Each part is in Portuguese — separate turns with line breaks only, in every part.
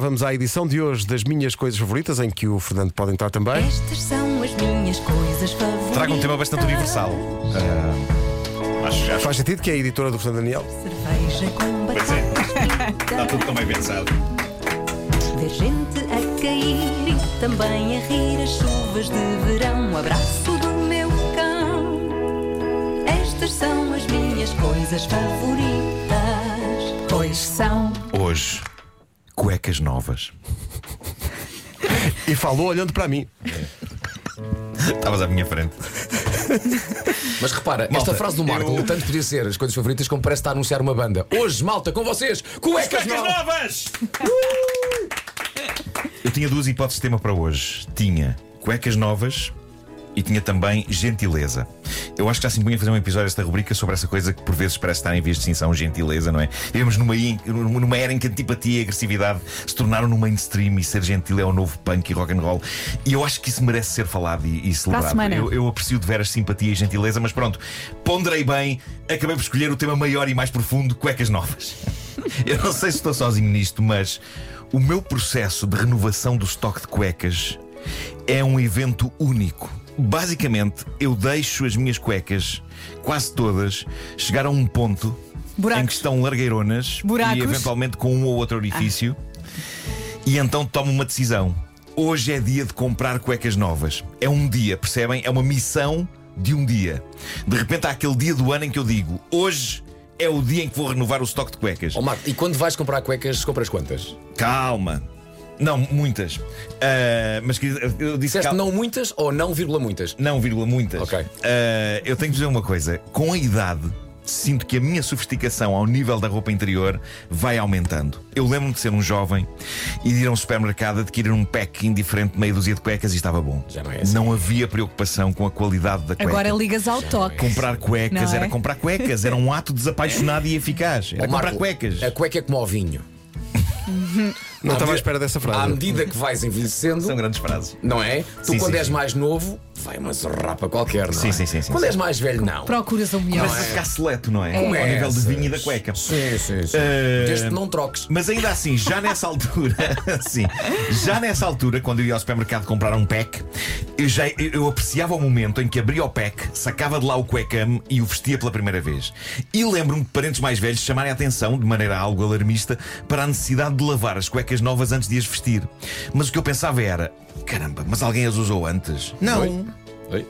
vamos à edição de hoje das minhas coisas favoritas, em que o Fernando pode entrar também.
Estas são as minhas coisas favoritas.
Traga um tema bastante universal. Ah, acho que já
Faz sentido que é a editora do Fernando Daniel?
Cerveja com
Pois é. está tudo
batatas
tão bem pensado.
fritas. Ver gente a cair e também a rir as chuvas de verão. Um abraço do meu cão. Estas são as minhas coisas favoritas. Pois são.
Hoje, cuecas novas.
E falou olhando para mim.
Estavas à minha frente.
Mas repara, esta frase do Marco
eu-
tanto podia ser as coisas favoritas como parece estar a anunciar uma banda. Hoje, malta, com vocês, cuecas novas!
novas! Eu tinha duas hipóteses de tema para hoje. Tinha cuecas novas e tinha também gentileza. Eu acho que já se impunha fazer um episódio desta rubrica sobre essa coisa que por vezes parece estar em vias de extinção, gentileza, não é? Vivemos numa, in- numa era em que antipatia e agressividade se tornaram no mainstream e ser gentil é o novo punk e rock and roll. E eu acho que isso merece ser falado e, e celebrado.
semana.
Eu, eu aprecio de veras simpatia e gentileza, mas pronto, ponderei bem, acabei por escolher o tema maior e mais profundo, cuecas novas. Eu não sei se estou sozinho nisto, mas o meu processo de renovação do estoque de cuecas é um evento único. Basicamente, eu deixo as minhas cuecas, quase todas, chegar a um ponto em que
Buracos.
estão largueironas e
Buracos. Ah.
eventualmente com um ou outro orifício. E então tomo uma decisão. Hoje é dia de comprar cuecas novas. É um dia, percebem? É uma missão de um dia. De repente há aquele dia do ano em que eu digo: hoje é o dia em que vou renovar o estoque de cuecas.
Ó Oh, Marco, e quando vais comprar cuecas, compras quantas?
Calma. Não, muitas. Ah, mas quer dizer, eu disse
Disseste
cal-
não muitas ou não vírgula muitas?
não, vírgula, muitas.
Ok.
Ah, eu tenho que dizer uma coisa: com a idade, sinto que a minha sofisticação ao nível da roupa interior vai aumentando. Eu lembro-me de ser um jovem e de ir a um supermercado adquirir um pack indiferente de meia dúzia de cuecas e estava bom.
Já não é assim.
Não havia preocupação com a qualidade da cueca.
Agora ligas ao toque.
Comprar cuecas
Não é?
era comprar cuecas, era um ato desapaixonado e eficaz. Era
Ó,
comprar
Oh, Marco,
cuecas.
A cueca é como o vinho.
Não
À
estava à
medida-
espera dessa
À
frase.
medida que vais envelhecendo,
São grandes frases.
não é? Tu,
Sim,
quando
sim,
és
sim.
mais novo, vai uma zorrapa qualquer, não
Sim,
é?
sim, sim, sim,
Quando
sim.
és mais velho, não.
Procuras o melhor.
Começa a ficar seleto, não é?
Como
Ao
é
nível de
essas?
vinho e da cueca.
Sim, sim, sim.
Eh,
Desde que não troques.
Mas ainda assim, já nessa altura, sim, já nessa altura, quando eu ia ao supermercado comprar um pack, eu, já, eu, eu apreciava o momento em que abria o pack, sacava de lá o cuecame e o vestia pela primeira vez. E lembro-me de parentes mais velhos chamarem a atenção, de maneira algo alarmista, para a necessidade de lavar as cuecas novas antes de as vestir. Mas o que eu pensava era: caramba, mas alguém as usou antes? Não,
Oi?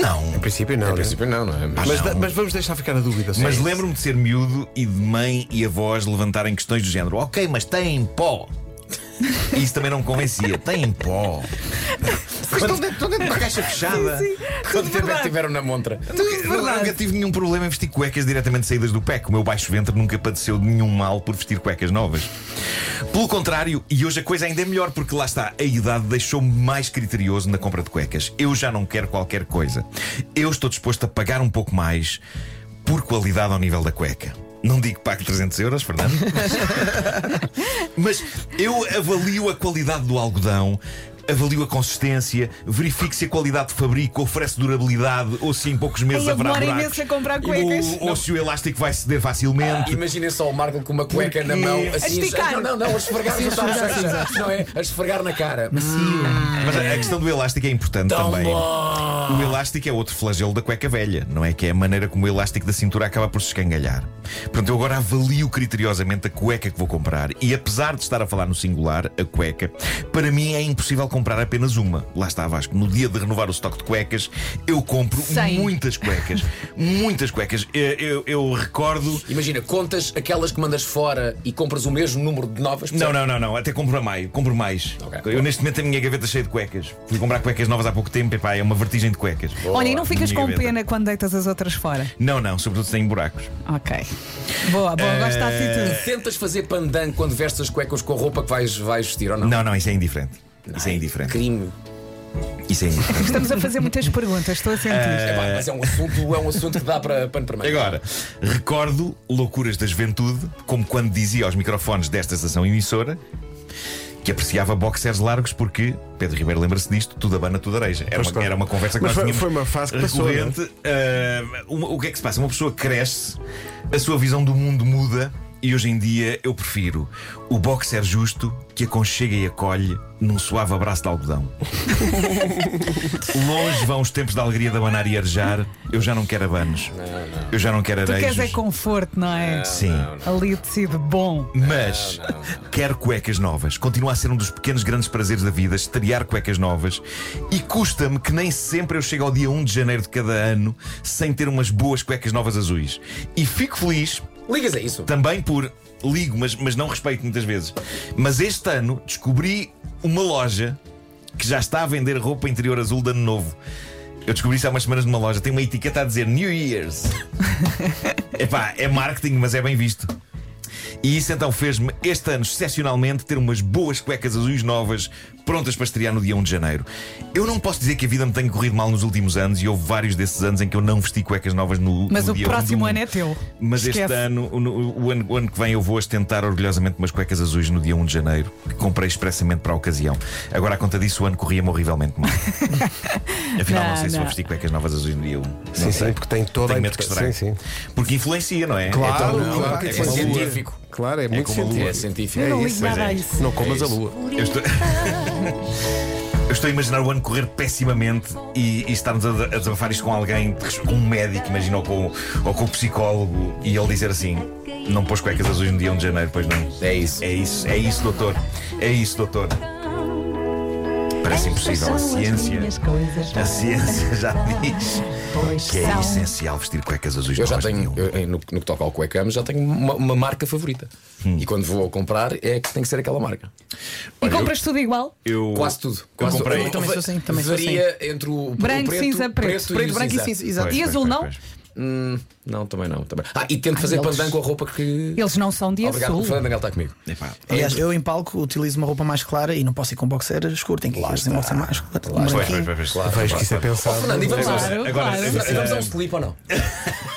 não.
Em princípio, não.
Em
né?
princípio, não, não é?
Mas,
não.
da- mas vamos deixar ficar a dúvida. só.
Mas lembro-me de ser miúdo e de mãe e avós levantarem questões do género: ok, mas tem pó. E isso também não me convencia. Tem pó. Quando, estão dentro de uma caixa fechada.
Quanto tempo é que tiveram na montra?
Eu nunca tive nenhum problema em vestir cuecas diretamente saídas do PEC. O meu baixo ventre nunca padeceu de nenhum mal por vestir cuecas novas. Pelo contrário, e hoje a coisa ainda é melhor porque lá está, a idade deixou-me mais criterioso na compra de cuecas. Eu já não quero qualquer coisa. Eu estou disposto a pagar um pouco mais por qualidade ao nível da cueca. Não digo que pague 300 euros, Fernando. Mas eu avalio a qualidade do algodão. Avalio a consistência, verifico se a qualidade de fabrico oferece durabilidade ou se em poucos meses
Ai, eu
haverá
demoro
buracos.
imenso a comprar cuecas.
Ou, ou se o elástico vai ceder facilmente.
Imaginem só o Marco com uma cueca na mão
Porque-
assim.
A esticar.
Não, não, não, a esfregar
Assim,
não está a bochecha, Não é? A esfregar na cara. Hum,
Mas a a questão do elástico é importante
Tão
também.
bom.
O elástico é outro flagelo da cueca velha, não é? Que é a maneira como o elástico da cintura acaba por se escangalhar. Portanto, eu agora avalio criteriosamente a cueca que vou comprar e, apesar de estar a falar no singular, a cueca, para mim é impossível comprar apenas uma. Lá está Vasco. No dia de renovar o estoque de cuecas, eu compro
Cem.
muitas cuecas. muitas cuecas. Eu, eu- eu recordo.
Imagina, contas aquelas que mandas fora e compras o mesmo número de novas.
Não, não, não, não. Até compro a mais. Compro mais.
Ok.
Eu neste momento a minha gaveta é cheia de cuecas. Fui comprar cuecas novas há pouco tempo. Epá, é uma vertigem de cuecas.
Olha, e não ficas
Minha
com
gaveta.
pena quando deitas as outras fora.
Não, não. Sobretudo se têm buracos.
Ok. Boa, boa,
Eh,
gosto da atitude.
Tentas fazer pandan quando vestes as cuecas com a roupa que vais, vais vestir ou não?
Não, não. Isso é indiferente. Isso é indiferente.
Crime.
Isso é indiferente.
Estamos a fazer muitas perguntas, estou a sentir.
Eh,
É, pá, mas é um assunto, é um assunto que dá para pano para manga.
Agora, recordo loucuras da juventude, como quando dizia aos microfones desta estação emissora que apreciava boxers largos porque, Pedro Ribeiro lembra-se disto, tudo abana, tudo areja. Era,
Pois
uma,
claro.
era uma conversa que
Mas foi-
nós tínhamos
foi uma fase que passou,
é recorrente. Ah, uma- o que é que se passa? Uma pessoa cresce, a sua visão do mundo muda. E hoje em dia eu prefiro o boxer justo que aconchega e acolhe num suave abraço de algodão. Longe vão os tempos da alegria de abanar e arejar. Eu já não quero abanos. Eu já não quero
Tu
arejos.
queres é conforto, não é?
Eh, Sim.
Ali o tecido bom.
Mas quero cuecas novas. Continua a ser um dos pequenos grandes prazeres da vida, estrear cuecas novas. E custa-me que nem sempre eu chego ao dia 1 de janeiro de cada ano sem ter umas boas cuecas novas azuis. E fico feliz
Ligas a isso.
também por ligo, mas, mas não respeito muitas vezes. Mas este ano descobri uma loja que já está a vender roupa interior azul de ano novo. Eu descobri isso há umas semanas numa loja. Tem uma etiqueta a dizer New Year's. Epá, é marketing, mas é bem visto. E isso então fez-me, este ano, excepcionalmente, ter umas boas cuecas azuis novas prontas para estrear no dia 1 de janeiro. Eu não posso dizer que a vida me tenha corrido mal nos últimos anos e houve vários desses anos em que eu não vesti cuecas novas no,
Mas
no
o
Um dia 1
próximo
do-
ano é teu.
mas este
Esquece.
ano o, o- o ano, o ano que vem, eu vou ostentar orgulhosamente umas cuecas azuis no dia 1 de janeiro, que comprei expressamente para a ocasião. Agora, à conta disso, o ano corria-me horrivelmente mal. Afinal, não,
Não,
sei se
não.
vou vestir cuecas novas azuis no dia 1. Não
Sim,
sei.
sim, porque tem toda
Tenho
a
medo que
importância.
estrague.
Sim, sim.
Porque influencia, não é?
Claro,
é tão-
não,
é
claro que
é
como a lua.
científico.
Claro, é, muito
como a lua.
científico.
É científico.
Eu não
É
ligo
isso,
nada
pois
a
é.
isso.
Não comas
É
a
isso.
lua.
Por
Eu estou- Eu estou a imaginar o ano correr pessimamente e, e estarmos a, a desabafar isto com alguém, com um médico, imagina, ou com, ou com um psicólogo, e ele dizer assim: Não pôs cuecas azuis no dia 1 de janeiro, pois não.
É isso.
É isso, é isso, doutor. É isso, doutor. Parece impossível. A ciência. A ciência já diz
Pois
que é
são.
essencial vestir cuecas azuis
Eu já
novas de um.
tenho,
miúdo.
eu, em- no, no que toca ao cuecamos, já tenho uma, uma marca favorita.
Hum.
E quando vou comprar, é que tem que ser aquela marca.
E compras tudo igual?
Eu-
Quase tudo. Quase
eu
tudo.
comprei.
também sou assim, também sou
Varia entre o, o
Branco,
preto,
cinza, preto.
preto,
Preto,
o
branco e cinza, exato.
Pois,
E
pois,
azul
pois,
não?
pois.
Hum, não, também não. Também. Ah, e tento fazer
eles-
pandan com a roupa que.
Eles não são de
Obrigado,
azul.
o Fernando Daniel está comigo.
Epá,
Aliás, eu em palco utilizo uma roupa mais clara e não posso ir com boxer escuro, tenho que ir com um boxer mais claro. Um
Pois, pois,
branquinho.
pois, pois.
Vejo que isso é
Oh,
pensado.
Fernando, e vamos,
Claro,
a-
claro.
agora,
e vamos a um slip ou não?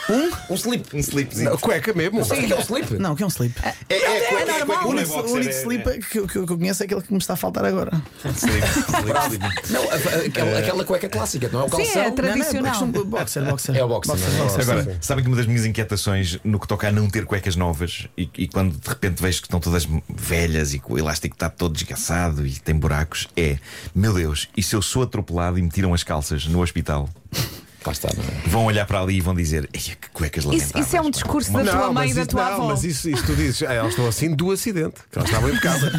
Um? Um slip.
Um slipzinho.
Não, Cueca mesmo.
Sabe o que é um slip?
Não, o que é um slip.
É, é, é, cueca- é cueca
o
não é
único, o
boxer,
único
é-
slip que, que- que eu conheço é aquele que me está a faltar agora.
Slip, slip, slip.
Não, a- a- aquela, aquela cueca clássica, não é o
Sim,
calção.
é tradicional.
Não, não, é questão- boxer, boxer.
É o boxer, não é?
Agora, sabem que uma das minhas inquietações no que toca a não ter cuecas novas e, e quando de repente vejo que estão todas velhas e que o elástico está todo desgaçado e tem buracos é: meu Deus, e se eu sou atropelado e me tiram as calças no hospital?
Lá está, não é?
Vão olhar para ali e vão dizer: "Ei, que cuecas
Isso,
lamentáveis.
isso é um
pá."
discurso
Uma-
da tua mãe e
mas,
da
isso,
tua
não,
avó.
mas isso, isso tu dizes, ah, elas estão assim do acidente, que elas estavam em casa.